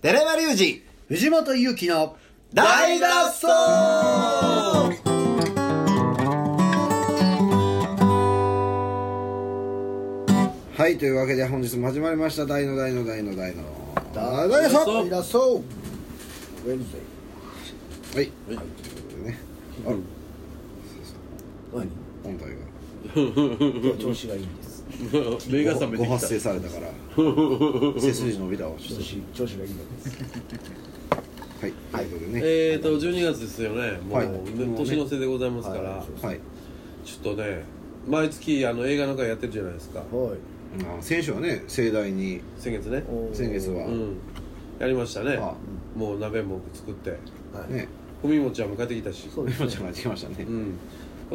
寺山隆二藤本勇樹の大脱走はいというわけで本日も始まりました大の大の大の大の大脱走大脱走ウェルズデイはいはいねある何本体が調子がいいんです目が覚めごて発生きされた から背筋伸びたわちょっと調子調子がいいんですはいはいということたでねえーと12月ですよねもう、はい年の瀬でございますから、はいはいちょっとね毎月あの映画の会やってるじゃないですかはいまあ先週はね盛大に先月ねおー先月はうんやりましたねあもう鍋も作ってはいねふみもちゃんも帰ってきたしそうです今ちゃんが来ましたねうん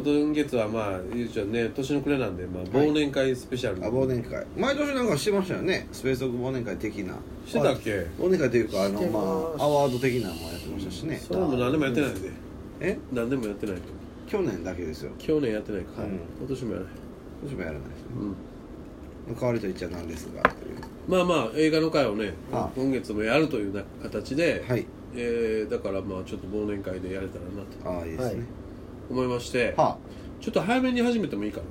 今月はまあゆうちゃんね年の暮れなんで、まあ、忘年会スペシャル、あ忘年会毎年なんかしてましたよねスペースオク忘年会的なしてたっけ忘年会というかあのしてままあすアワード的なのもやってましたしねそれも何でもやってないんでえ何でもやってないと去年だけですよ去年やってないから、うん今年もやらない、今年もやらないですねうん、代わりと言っちゃなんですがというまあまあ映画の会をねあ今月もやるというな形で、はいえーだからまあちょっと忘年会でやれたらなとああいいですね思いまして、はちょっと早めに始めてもいいかな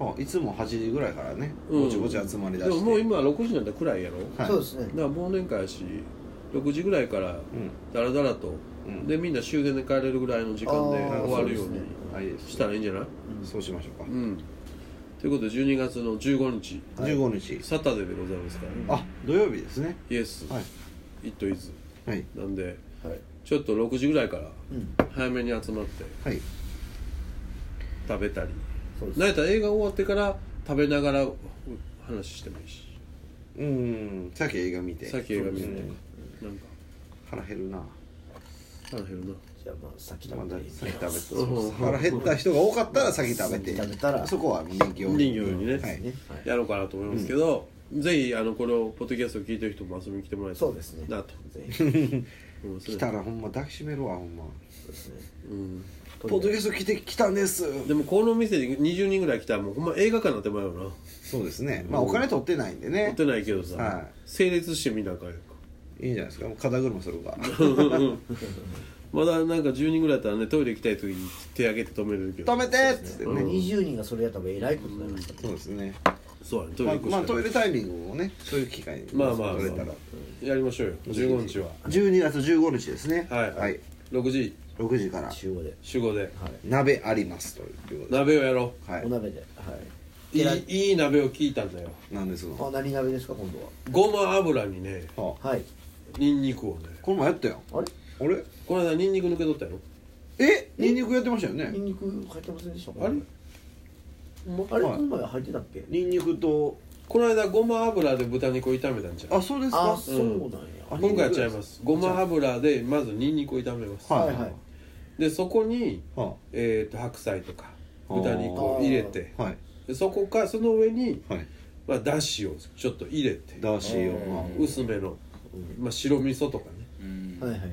あはあいつも8時ぐらいからねうんぼちぼち集まりとだでしてももう今6時なんだくらいやろだかはいそうですねら忘年会やし6時ぐらいからうんだらだらと、うんでみんな終電で帰れるぐらいの時間であー終わるようそうですにあいいですしたらいいんじゃないそうしましょううかんということで12月の15日15日サタデーでございますから、ね、あ土曜日ですねイエス、はいイットイズはいなんではいちょっと6時ぐらいからうん早めに集まってはい食べたりそうですなんやったら映画終わってから食べながらう話してもいいしうーんさっき映画見てさっき映画見てうんなんか腹減るな腹減るなじゃあまあ先ま食だべて先食べてうそう腹減った人が多かったら先食べて先食べたらそこは人気を人形にね、はいねはいやろうかなと思いますけど、ぜひあのこれをポッドキャストを聞いてる人も遊びに来てもらいたいそうですねなとぜ ひそう思いますね来たらほんま抱きしめるわほんまですねうん、ポッドキャスト来て来たんですでもこの店に20人ぐらい来たらもうほんま映画館になってまうよなそうですねまあお金取ってないんで持ねってないけどさ、はい整列してみなあかんやんかいいんじゃないですかもう肩車するかまだなんか10人ぐらいだったらねトイレ行きたい時に手挙げて止めれるけど止めてっつってうねん20人がそれやったらえらいことになりますからそうですねそうやねトイまレあ行くしまかあないトイレタイミングもねそういう機会にまあまあ取れたらやりましょうよ15日は12月15日ですねはい、はい6時6時から中央で集合で鍋ありますということで鍋をやろはおい鍋ではいいいやいいい鍋を聞いたんだよなんですのあ何鍋ですか今度ごま油にねはあははいニンニクをねこれもやったよあれあれこの間ニンニク抜けとったやろえニンニクやってましたよニねンニク入ってませんでしたかあれあれこの前入ってたっけニンニクとこの間ごま油で豚肉を炒めたんちゃうあそうですあかそうなんやあ今回はちゃいますごま油でまずニンニクを炒めます、はいはいはいでそこに、はえー、と白菜とかあー豚肉を入れてあはいでそこからその上に、はいまあ、だしをちょっと入れてだしをまあ薄めの、まあ、白味噌とかねはいはいはい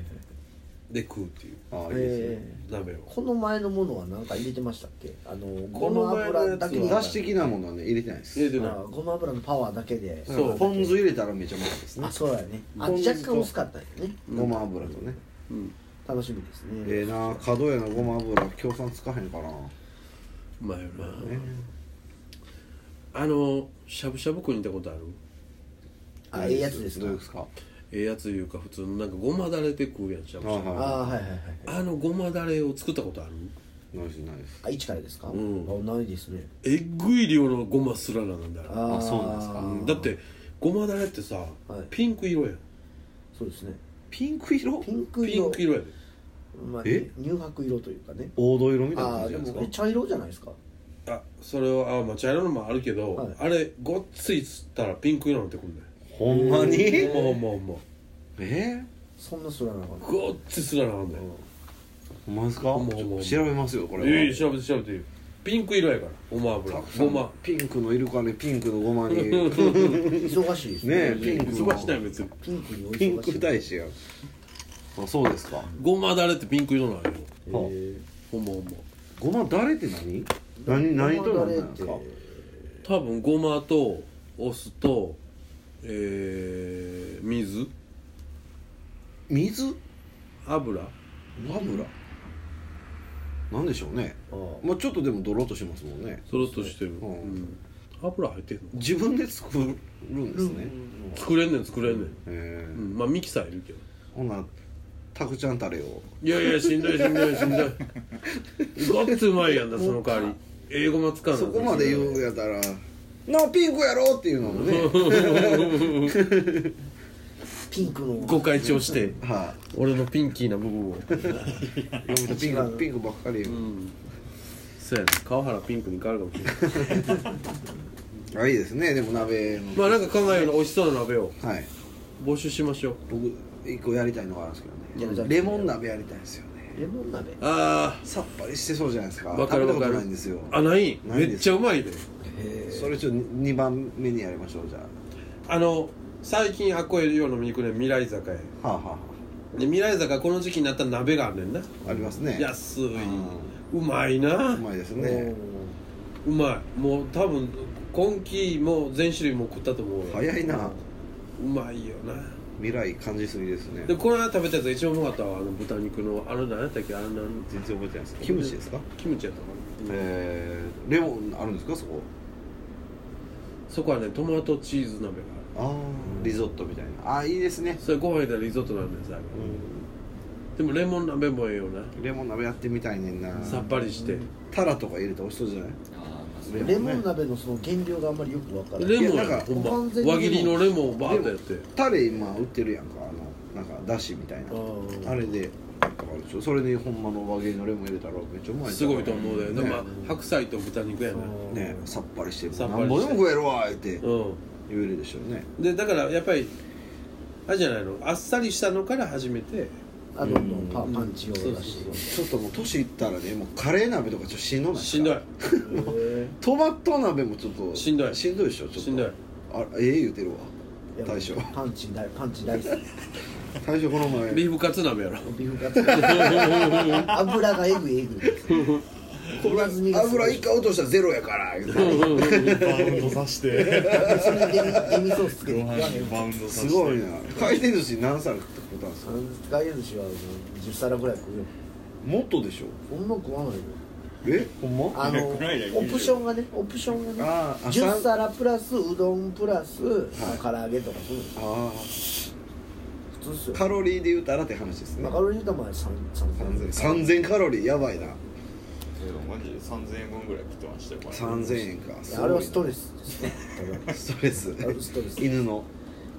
で食うっていうああいいですねえー鍋をこの前のものは何か入れてましたっけあのごこのま前のや油つはだけにだし的なものはね入れてないで入れすてないあごま油のパワーだけでそうポン酢入れたらめちゃうまかったですねあそうだよねあポン酢若と干薄かったよねごま油とねうん楽しみですねええな角屋のごま油協賛つかへんかなうまいよな、あのしゃぶしゃぶ食いに行ったことあるあええやつですかどうですかええやついうか普通のなんかごまだれで食うやんしゃぶしゃぶああははいはいはいあのごまだれを作ったことあるいないですないですあ一からですか、んあないですねえっぐい量のごますらなんだよーそうなんですかだってごまだれってさ、いピンク色やんそうですねピンク色ピンクピ色ンク色やでまあ、え乳白色というかね黄土色みたいなあ感あじでなんですもかえ茶色じゃないですかあそれはあまあ茶色のもあるけど、はいあれごっついつったらピンク色になってくんねんほんまにほんまほんまほんまえそんなそらなかったごっついすらなあかんねんほんまですかほんまちほんょまっと調べますよこれはいやいや調べて調べてピンク色やからごま油ごまピンクのいるかねピンクのごまにね忙しいですねえピンクの忙しない別にピンクにお忙 しいピンク大使やあそうですかごまだれってピンク色なのよえはーほんまほんまごまだれって何何何と何なんですかごまだれって多分ごまとお酢とえー、水水油油なんでしょうねああまあちょっとでもドロッとしますもんねそろっとしてる、ううんん、油入ってんの自分で作るんですね、作れんねん作れんねん、えうんまあミキサーいるけどー、ほなタクちゃんタレをいやいやしんどいしんどいしんどいごっつうまいやんだその代わり英語も使うのそこまで言うんやったら「なピンクやろ!」っていうのもね ピンクのご開帳しては俺のピンキーな部分をい、ピン違クうピンクばっかり、うん そうやね川原ピンクに変わるかもしれないあいいですねでも鍋の、まあなんか考えるの美味しそうな鍋をはい募集しましょう僕一個やりたいのがあるんですいけやどじゃねあレモン鍋やりたいんですよねレモン鍋あさっぱりしてそうじゃないですかあわかるわ食べたこかとるないんですよあないないんめでっすちゃうまいでそれちょっと2番目にやりましょうじゃあの最近あっこえるよう飲みに行くねん未来酒屋であはあは未来酒この時期になったら鍋があんねんなあありますね安いんうまいなうまいですねねうまいもう多分今季も全種類も食ったと思うよ早いなうまいよな未来感じすぎですねでこの間食べたやつが一番うまかったわあの豚肉のあの何やったっけあのなん全然覚えてないですキムチですかキムチやったかな、えー、レモンあるんですかそこそこはねトマトチーズ鍋があるああリゾットみたいなあーいいですねそれご飯入れたらリゾットなんですあうれでもレモン鍋もええよなんレモン鍋やってみたいねんなさっぱりしてタラとか入れて美味しそうじゃないレモン鍋のその原料があんまりよくわからないレモンいややなんかほんま完全に輪切りのレモンをバーッとやってタレ今売ってるやんかあのなんかだしみたいなああれであるでしょそれにほんまの和牛のレモン入れたらめっちゃうまいんちゃすごいと思うで、ねでも白菜と豚肉やなねさっぱりしてさるっなぱりんしぼでても食えるわーってうん言えるでしょうねでだからやっぱりあれじゃないのあっさりしたのから始めてあどんどんパパンチを出してちょっともう年いったらねもうカレー鍋とかちょっとしんどないしんどいへトマト鍋もちょっとしんどいしんどいでしょちょっとしんどいあええ言うてるわえ大将パンチ大パンチ大好き大将この前ビーフカツ鍋やろビーフカツ油がえぐいえぐいですね上澄みがすご油い一回落としたらゼロやから言うてバウンドさしてそれでデミソースつけごて飯にバウンドさしすてごいな回転寿司何皿食ってことなんですか外遊寿司はもう10皿ぐらい食うよもっとでしょそんな食わないよえほんまあの食わないよオプションがねオプションがねあーあ10さん皿プラスうどんプラス唐揚げとかそういうあの普通っすーよカロリーで言うたらって話ですねマカロニとまあ3 3000 0 0 3000カロリーやばいなでもマジで3000円分ぐらい食ってましたよこれ3000円かあれはストレレスですねスストレスあれストレス犬の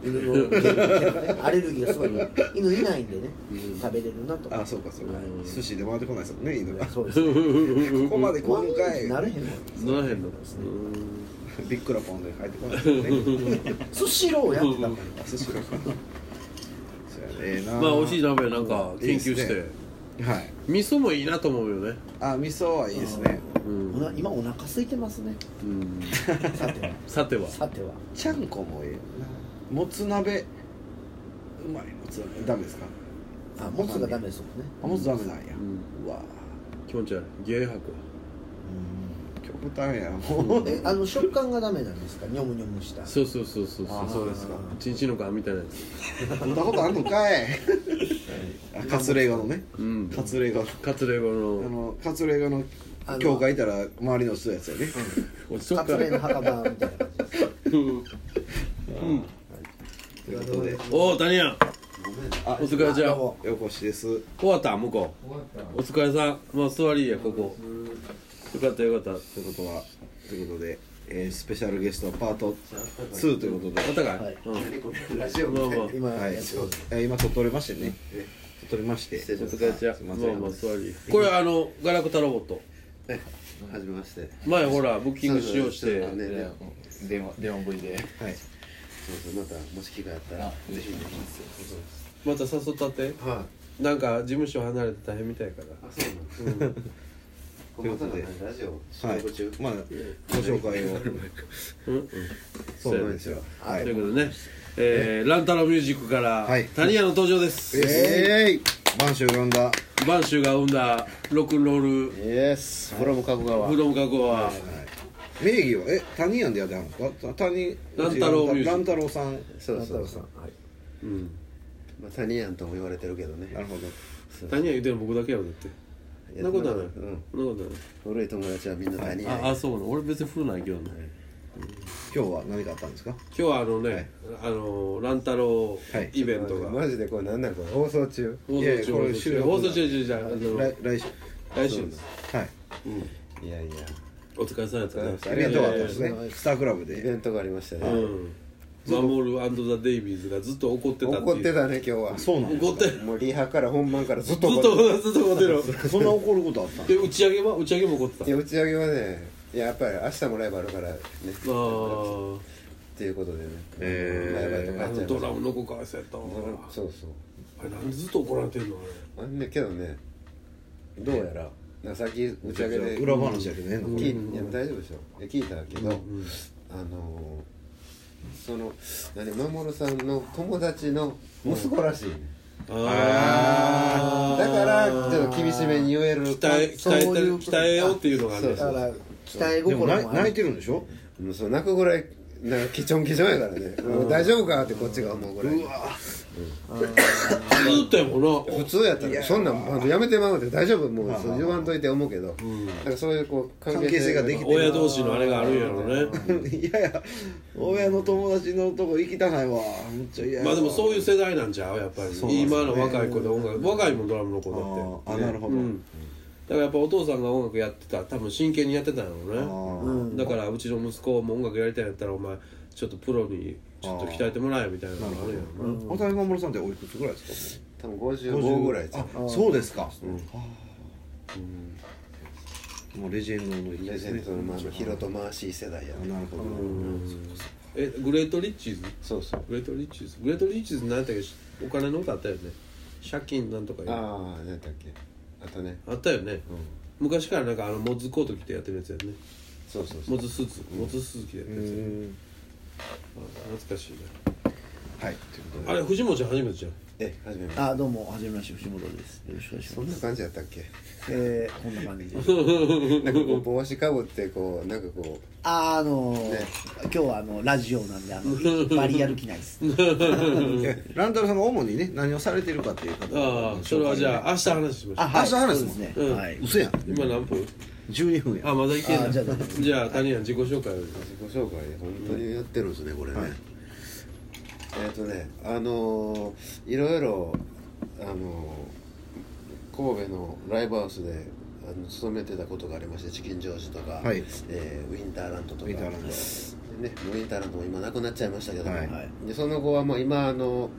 犬の毛ねアレルギーがすごいね犬いないんでねうん食べれるなとあそうかそうかうん寿司で回ってこないですもんね犬がこそうですねこまで今回なれへんわならへんのですねビックラポンで帰ってこないです もんねスシローやってたかあ寿司かそうやねええなまあ美味しい鍋なんか研究いいっしすてねはい味噌もいいなと思うよねあ味噌はいいですねう、らおなん今お腹空いてますねうん、さてはさてはさてはちゃんこもいいよなもつ鍋うまいもつ鍋ダメですかあモツがダメですもんねあもつダメなんや、うんうわ気持ち悪い芸博極端やもうえあの食感がダメなんですかニョムニョムしたそうそうそうそうあそうそうですかチンチンの皮みたいなやつそんなことあんのかいあカツレガのねうんカツレガのカツレゴあののカツレガのあの教会いたら周りの人やつやね落ちとカっツかレの墓場みたいな感じですうんということでおお谷やあお疲れちゃよんこしです終わった向こうお疲れさんまあ座りやここよかったよかっということはということで、えースペシャルゲストパート2ということでたまたかい、はいうんラジオまあまあ今はやいってますそうえー今撮っとれましてね撮っとれましてお疲れちゃすんいままあせんまあ座りこれあのガラクタロボットはじめまして。前ほらブッキングしようしてそうそうねね電話電話ぶりではいそうそうまたもし機会あったらぜひぜひまた誘ったってはなんか事務所離れて大変みたいからい。そうなんです。といまうこたとでラジオ収はい録中。まあご紹介をうんうんそうなんですよはといいうことでね、えーランタラミュージックから、はい谷屋の登場です、えーい満州呼んだバンシュが生んだロックンロールイエス。フロム加古川。フロム過去は、名義はえ谷やんでやってはんのかた谷乱太郎ミュージック乱太郎さんそうそうさんはいうん、まあ他人やんとも言われてるけどねなるほどそう他人は言うてるの僕だけやろだってそんなことはないそうんんなことはない古い友達はみんな他人やんああそうな俺別に古ないけどね、今日は何かあったんですか今日はあのね、あの乱太郎はいイベントが、マジでこれなんなんこれ放送中放送いやいやこれ収中録放送中じゃあの来来週来週ですはいいやいやお疲れ様やったねそうイベントがあったんですいやいやいねやスタークラブイでベントがありましたうねんマモルザ・デイビーズがずっと怒ってた怒っていうたね今日はそうなんです怒かってるもうリハから本番からずっとずっ怒ってとずっと怒ってるそんな怒ることあったので打ち上げは打ち上げも怒ってたいたあや打ち上げはねいややっぱり明日もライブあるからねあーっていうことでねへーライブあのとかっちゃドいまラしムの子かわいそうやったわたそうそうあれなんでずっと怒られてんのあんねけどねどうやらなんかさっき打ち上げで裏話やけどね聞いいや大丈夫でしょいや聞いたけど、あのーその何守さんの友達の息子らしいね、あだからちょっと厳しめに言えるあ鍛え鍛えてそういるうこと鍛えようっていうのがあるんでそうすそだからう期待でも心泣もあ泣いるてるんでしょもうそう泣くぐらいなんかきちょんきちょんやからね「もう大丈夫か?」ってこっちが思うぐらいうわずっとやもんな普通やったらそんなんバンドやめてまうて大丈夫もうそう言わんといて思うけど、なんかそういうこう関関係性ができて親同士のあれがあるんやろうねいやいや親の友達のとこ行きたないわめっちゃ嫌やまあでもそういうう世代なんちゃうやっぱうなんり、ですよ今ねの若い子で音楽若いもんドラムの子だっあーあなるほてどうんだからやっぱお父さんが音楽やってた多分真剣にやってたんやろうねだからうちの息子も音楽やりたいんやったらお前ちょっとプロにちょっと鍛えてもらえよみたいなのがあるんやろうな渡辺守さんっておいくつぐらいですか多分55ぐらいちゃうあそうですかあーもうレジェンドの家レでジすェねンドのまあヒロとマーシー世代やねなるほどえグレートリッチーズそうそうグレートリッチーズグレートリッチーズなんやったっけお金の歌あったよね借金なんとかいうあああ何やったっけあとねったよね、昔からなんかあのモズコート着てやってるやつやねそうそうそモうズスーツモズスーツ着てやってるやつやねうん懐かしいはいということでなあれ藤本ちゃん初めてじゃんえ初めましてあどうもはじめまして藤本ですよろしくお願いしそんまなす感じやったっけ えー、こんな感じでなんかこう帽子かぶってこうなんかこあのーね今日はあのラジオなんであのバリやる気ないですえランタルさんが主にね何をされてるかっていう方ああそれはじゃあ明日話しましょう明日話すもんそうですね、うんはい嘘やん今何分12分やあまだいけんあなじゃあじゃあ谷谷自己紹介をう自己紹介本当にやってるんですねこれね、えっ、とねあのー、いろいろあのー、神戸のライブハウスであの勤めてたことがありましてチキンジョージとか、はいえーウィンターランドとかウィンターランドね、ウィンターランドも今なくなっちゃいましたけども、はいでその後はもう今あの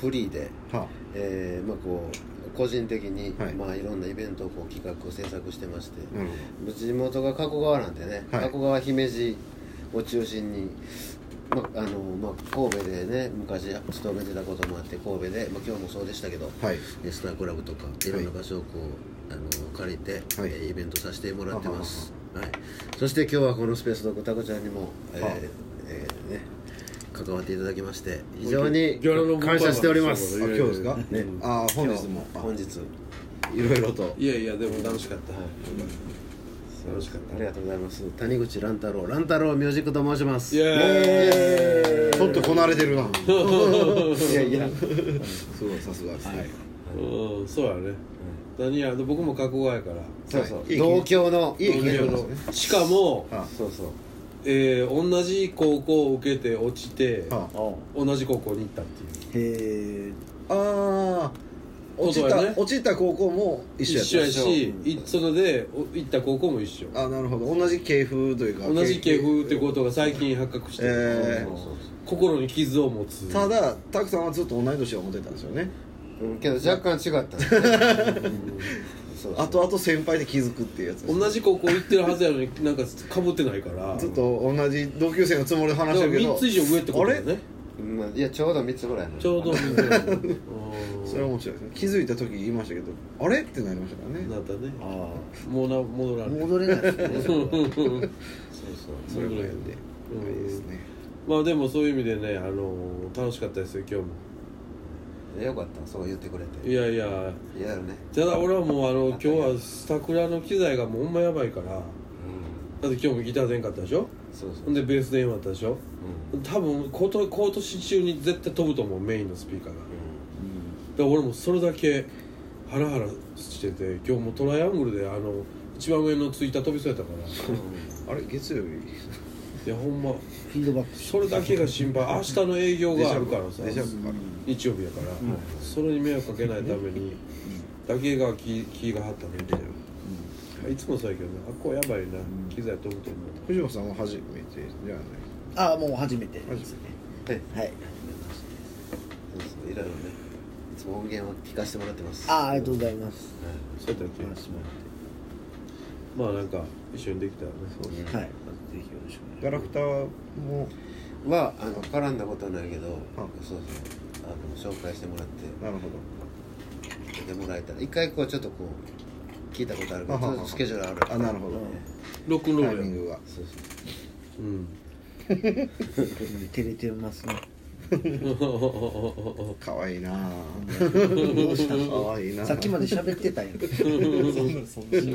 フリーではえーまあ、こう個人的に、はいいまあ、いろんなイベントをこう企画制作してまして、なる地元が加古川なんでね、はい加古川姫路を中心に、まああのまあ、神戸でね昔勤めてたこともあって神戸で、まあ、今日もそうでしたけど、はいでスタークラブとかいろんな場所をこう、あの借りて、はいえーイベントさせてもらってますはい、そして今日はこのスペースドッグタコちゃんにも、えはあーえーね、関わっていただきまして非常にギョロの感謝しておりますあ今日ですかねあ本日もあ本日いろいろといやいやでも楽しかった楽しかっありがとうございます谷口蘭太郎蘭太郎ミュージックと申しますたイエーイちょっとこなれ てるないやいやすごいさすがですねうんそうやね谷谷僕も覚悟やからそうそういい同郷のいい同僚のしかもはそうそうえー同じ高校を受けて落ちてはお同じ高校に行ったっていへうえああ落ちそたうだよね落ちた高校も一一緒緒ややっしいそれでお行った高校も一緒たあなるほど同じ系風というか同じ系風ってことが最近発覚してえー心に傷を持つただたくさんはずっと同い年を思ってたんですよねうんけど若干違 ったんですねそうそう後々先輩で気づくっていうやつです同じ高校行ってるはずやのになんかかぶってないからずっと同じ同級生のつもりでだ話しかてるらけど3つ以上上ってことだよねまあいやちょうど3つぐらいのちょうどみたいなそれは面白いですね気づいた時言いましたけどあれってなりましたからねなったねああもうな戻らない戻れないですねそれぐらいで、うんいいですねまあでもそういう意味でね、あの楽しかったですよ今日もよかったそう言ってくれていやいやいやねただ俺はもうあの今日はスタクラの機材がもうほんまやばいからだって今日もギター全かったでしょそうそほうんでベース電話だったでしょ多分今年今年中に絶対飛ぶと思うメインのスピーカーがうら俺もそれだけハラハラしてて今日もトライアングルであの一番上のツイッター飛びそうやったからあれ月曜日いやほんまフィードバックそれだけが心配明日の営業があるからさデジャブか日曜日やから、それに迷惑かけないためにだけが気気が張ったねみたいないつもそうやけどなあっこうやばいな機材飛ぶと思う藤本さんは初めてじゃないああもう初めてですねはいはいそうそういろいろねいつも音源を聞かせてもらってますああありがとうございますそうやったっけまあなんか一緒にできたらねはいはいぜひよろしくお願いしますキャラクターもはあの絡んだことはないけどあそうそうあの紹介してもらっなるほて出てもらえたら一回こうちょっとこう聞いたことあるけどあははちょっとスケジュールあるどあなるほどロックンロターイルミやングがそうそううん照れてますね可愛いなぁ可愛いなぁさっきまで喋って たやんチン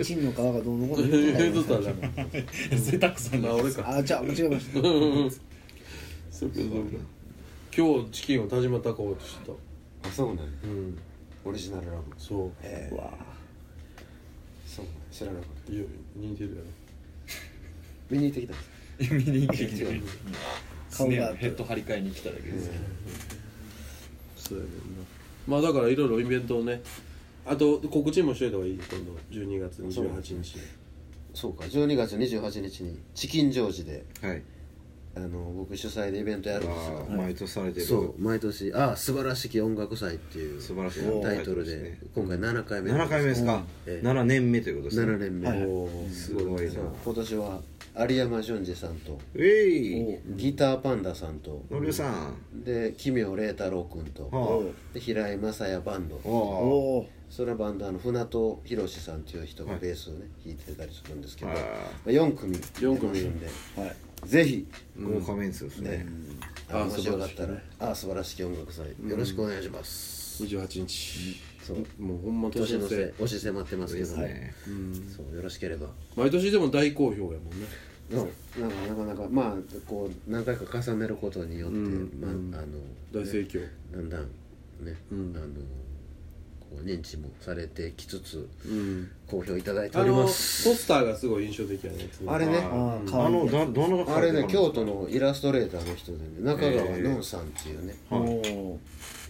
チンの皮がどうのこうの言ってたやん言うとったじゃん贅沢さんあ俺かああじゃあ間違えました そうかそうか今日チキンを田島たこうとしてあそうねたうんオリジナルラブそうええそうね知らなかったいや似てるやろ見に行ってきたんです見に行ってきてス顔ネアがのヘッド張り替えに来ただけですけどそうやねんなまあだからいろいろイベントをねあと告知もしといた方がいい今度12月28日そうか12月28日にチキンジョージではいあの僕主催でイベントやるんですよあ毎年されてるそう毎年「あ素晴らしき音楽祭」っていう素晴らしいタイトルで今回7回目7回目ですかええ7年目ということですね7年目、おおすごいなそう今年は有山淳二さんとウェイギターパンダさんとのりおさんで奇妙麗太郎君とはで平井雅也バンドあおおおそれはバンドあの船戸宏さんっていう人がはいベースをね弾いてたりするんですけど、はいまあ、4組四組出ますんでーはいぜひ豪華メンツですねあのあもしよかった素晴らしいらね「あ素晴らしき音楽祭」よろしくお願いします、 28日そうもうほんま年年ののせい瀬押し迫ってますけどねねそうよろしければ毎年でも大好評やもんねそうなんかなかなかまあこう何回か重ねることによって、うんまああの大盛況だんだんね、うんあのこう認知もされてきつつうん好評いただいてあおりのポますスターがすごい印象的やねあれねああー可あ愛いのやつだどのあれね京都のイラストレーターの人でね中川のんさんっていうね、おお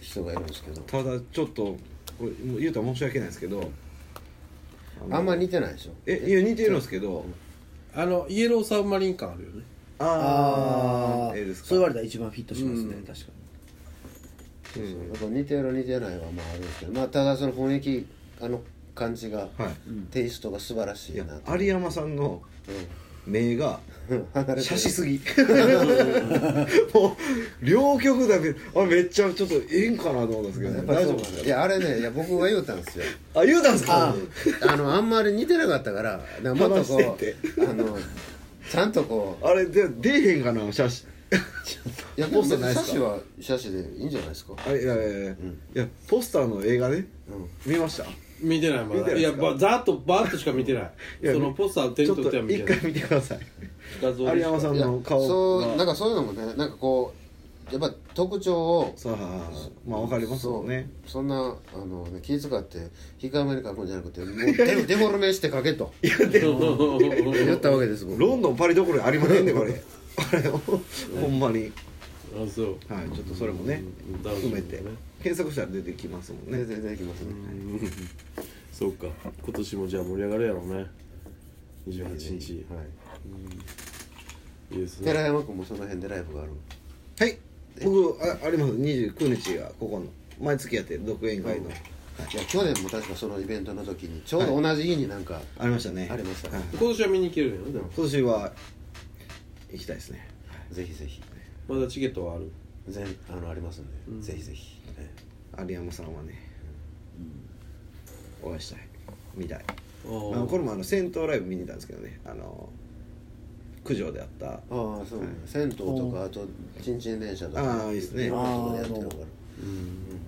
人がいるんですけどただちょっとこれもう言うたら申し訳ないですけどあんま似てないでしょえいや似てるんですけどあのイエローサブマリン感あるよねあああーええですかそう言われたら一番フィットしますねうん確かそうそうだから似てる似てないはまああるんですけどまあただその雰囲気あの感じが、はいテイストが素晴らしいいやなと有山さんの目が 離れて写るしすぎもう両極だけあめっちゃちょっとええんかなと思ったんですけど、やっね、ぱ大りそ丈う夫ですなんだかいやあれねいや僕が言うたんですよあ言うたんですかあのあんまり似てなかったからなんかもっとこ話してうあのちゃんとこうあれで出えへんかな写真いやでポもスターないっす写か真は写真でいいんじゃないですかあいやいやいや,、いやポスターの映画ね、見ました見てないま見てだないでいすやかばざーっとバーっとしか見てないいやそのポスターの手ちにょっ取とっては見一てない回見てください画像でしか有山さんいやの顔そうながんかそういうのもねなんかこうやっぱ特徴をさあまあわかりますよねそうそんなあの、ね、気遣って控えめに書くんじゃなくてもう デデフォルメして書けと 言ったわけです僕ロンドンパリどころありませんねこれあれほんまに、あそうはい、ちょっとそれもねうん含めて検索したら出てきますもんね全然いただきますねそうか今年もじゃあ盛り上がるやろうね28日はいいいですね寺山君もその辺でライブがあるはい僕ああります29日がここの毎月やってる独演会の、いや去年も確かそのイベントの時にちょうど同じ日になんか、ありましたねありましたはい今年は見に行けるんやろでも今年は行きたいですねぜひぜひまだチケットはある全あのありますんで、ぜひぜひ、ね有山さんはね、お会いしたい見たいああーのこれもあの銭湯ライブ見に行ったんですけどねあの九条であったあああそう、銭湯とかあとちんちん電車とかあーいいですねろんなとこでやってるかあー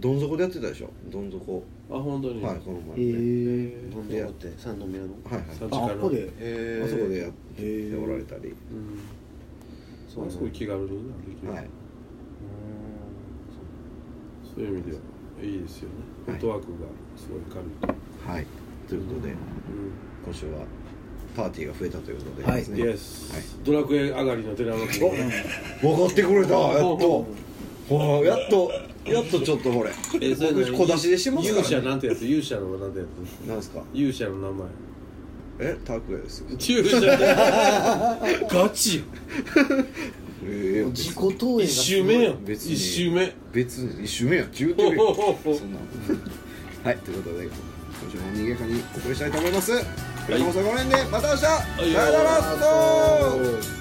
どん底でやってたでしょどん底あ本当にはいこの前、にねへえらどんどこって三宮はのいはいさっきあかこらこでえあそこでやっへてーおられたり、うんそうまあすごい気軽になできるはいうんそういう意味ではいいですよねフットワークがすごい軽いと、はいということで、今週はパーティーが増えたということではいですねイエス、はいドラクエ上がりの寺脇君分かってくれたやっとほらやっとやっとちょっとこれえそれ僕小出しでしてますから勇者なんてやつ勇者のなんてやなんですかつ勇者の名前えタクヤですよ 勇者だガチよええ自己投影が一周目よ別に一周目別に一周目や中ほてうるほうよほうほうそんなはいということで今週もにぎやかにお送りしたいと思います、はい、この放送はこの辺でまた明日さよならストーンおう